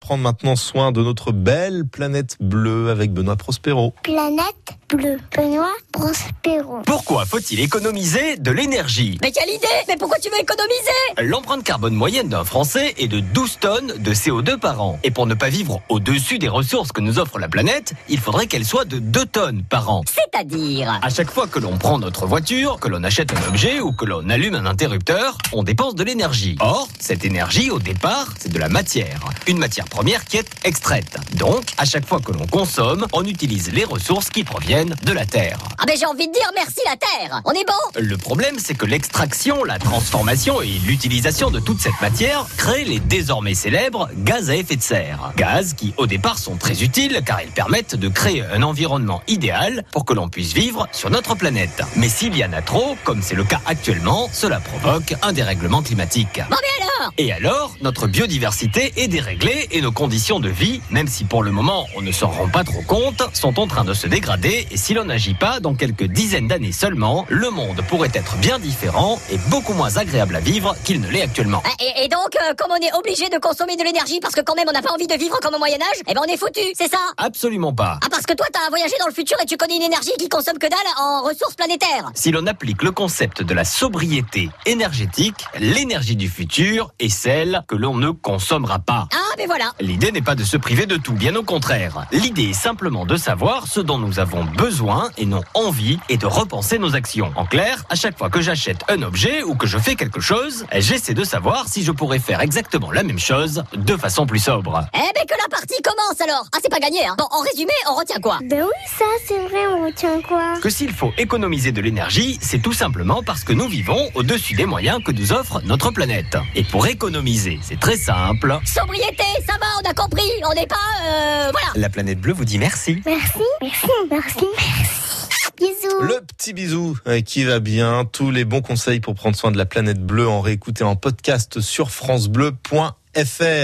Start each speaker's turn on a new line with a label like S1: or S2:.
S1: prendre maintenant soin de notre belle planète bleue avec Benoît Prospero.
S2: Planète bleue. Benoît Prospero.
S3: Pourquoi faut-il économiser de l'énergie
S4: Mais quelle idée Mais pourquoi tu veux économiser
S3: L'empreinte carbone moyenne d'un Français est de 12 tonnes de CO2 par an. Et pour ne pas vivre au-dessus des ressources que nous offre la planète, il faudrait qu'elle soit de 2 tonnes par an.
S4: C'est-à-dire
S3: À chaque fois que l'on prend notre voiture, que l'on achète un objet ou que l'on allume un interrupteur, on dépense de l'énergie. Or, cette énergie, au départ, c'est de la matière. Une matière première qui est extraite. Donc, à chaque fois que l'on consomme, on utilise les ressources qui proviennent de la Terre.
S4: Ah ben j'ai envie de dire merci la Terre On est bon
S3: Le problème, c'est que l'extraction, la transformation et l'utilisation de toute cette matière créent les désormais célèbres gaz à effet de serre. Gaz qui, au départ, sont très utiles car ils permettent de créer un environnement idéal pour que l'on puisse vivre sur notre planète. Mais s'il y en a trop, comme c'est le cas actuellement, cela provoque un dérèglement climatique.
S4: Bon mais alors
S3: Et alors, notre biodiversité est déréglée et nos conditions de vie, même si pour le moment on ne s'en rend pas trop compte, sont en train de se dégrader et si l'on n'agit pas, dans quelques dizaines d'années seulement, le monde pourrait être bien différent et beaucoup moins agréable à vivre qu'il ne l'est actuellement.
S4: Ah, et, et donc, euh, comme on est obligé de consommer de l'énergie parce que quand même on n'a pas envie de vivre comme au Moyen-Âge, eh ben on est foutu, c'est ça
S3: Absolument pas.
S4: Ah parce que toi t'as voyagé dans le futur et tu connais une énergie qui consomme que dalle en ressources planétaires
S3: Si l'on applique le concept de la sobriété énergétique, l'énergie du futur est celle que l'on ne consommera pas.
S4: Ah ben voilà
S3: L'idée n'est pas de se priver de tout, bien au contraire. L'idée est simplement de savoir ce dont nous avons besoin et non envie et de repenser nos actions. En clair, à chaque fois que j'achète un objet ou que je fais quelque chose, j'essaie de savoir si je pourrais faire exactement la même chose de façon plus sobre.
S4: Eh ben que la partie commence alors Ah c'est pas gagné hein Bon en résumé, on retient quoi
S2: Ben oui, ça, c'est vrai, on retient quoi
S3: Que s'il faut économiser de l'énergie, c'est tout simplement parce que nous vivons au-dessus des moyens que nous offre notre planète. Et pour économiser, c'est très simple.
S4: Sobriété, ça va, on a compris, on n'est pas... Euh, voilà
S3: La planète bleue vous dit merci.
S2: Merci, merci, merci, merci. Bisous.
S1: Le petit bisou euh, qui va bien. Tous les bons conseils pour prendre soin de la planète bleue en réécouter en podcast sur francebleu.fr.